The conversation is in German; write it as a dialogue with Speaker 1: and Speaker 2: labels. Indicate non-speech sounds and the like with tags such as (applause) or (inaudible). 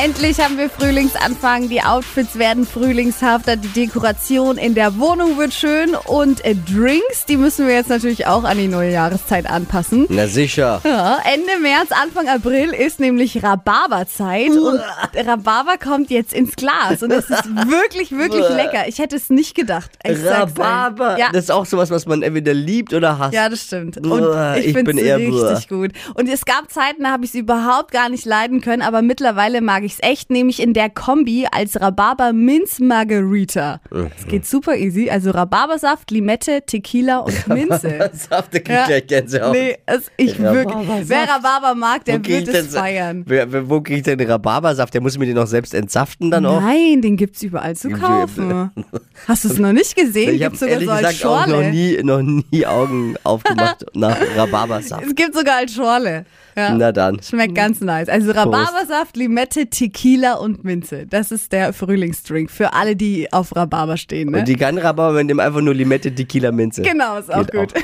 Speaker 1: Endlich haben wir Frühlingsanfang. Die Outfits werden frühlingshafter. Die Dekoration in der Wohnung wird schön. Und äh, Drinks, die müssen wir jetzt natürlich auch an die neue Jahreszeit anpassen. (laughs)
Speaker 2: Na sicher.
Speaker 1: Ja, Ende März, Anfang April ist nämlich Rhabarberzeit. Und Rhabarber kommt jetzt ins Glas. Und es ist wirklich, wirklich lecker. Ich hätte es nicht gedacht. Ich sag's euch.
Speaker 2: Rhabarber.
Speaker 1: Ja.
Speaker 2: Das ist auch sowas, was man entweder liebt oder hasst.
Speaker 1: Ja, das stimmt. Und
Speaker 2: Uah,
Speaker 1: ich,
Speaker 2: ich
Speaker 1: find's
Speaker 2: bin eher
Speaker 1: richtig gut. Und es gab Zeiten, da habe ich es überhaupt gar nicht leiden können, aber mittlerweile mag ich es echt, nämlich in der Kombi als Rhabarber Minz Margarita.
Speaker 2: Mhm.
Speaker 1: Es geht super easy. Also Rhabarbersaft, Limette, Tequila und Minze.
Speaker 2: (laughs) Das habt ihr ja. gleich Gänsehaut.
Speaker 1: Nee, es, ich wirklich.
Speaker 2: Rhabarbersaft.
Speaker 1: Wer Rhabarber mag, der
Speaker 2: krieg
Speaker 1: wird es
Speaker 2: denn-
Speaker 1: feiern.
Speaker 2: Wer, wer, wo kriege ich denn den Rhabarbersaft? Der muss mir den noch selbst entsaften dann auch.
Speaker 1: Nein, den gibt's überall zu
Speaker 2: Gibt's (laughs)
Speaker 1: kaufen. Hast du es noch nicht gesehen?
Speaker 2: Ich habe
Speaker 1: Gibt's sogar
Speaker 2: ehrlich
Speaker 1: so als
Speaker 2: gesagt auch noch
Speaker 1: Schorle.
Speaker 2: nie, noch nie Augen
Speaker 1: (laughs)
Speaker 2: aufgemacht nach Rhabarbersaft.
Speaker 1: Es gibt sogar als Schorle. Ja.
Speaker 2: Na dann.
Speaker 1: Schmeckt ganz nice. Also Rhabarbersaft, Limette, Tequila und Minze. Das ist der Frühlingsdrink für alle, die auf Rhabarber stehen. Ne?
Speaker 2: Und die kann Rhabarber, wenn dem einfach nur Limette, Tequila, Minze.
Speaker 1: genau, ist auch
Speaker 2: Geht
Speaker 1: gut.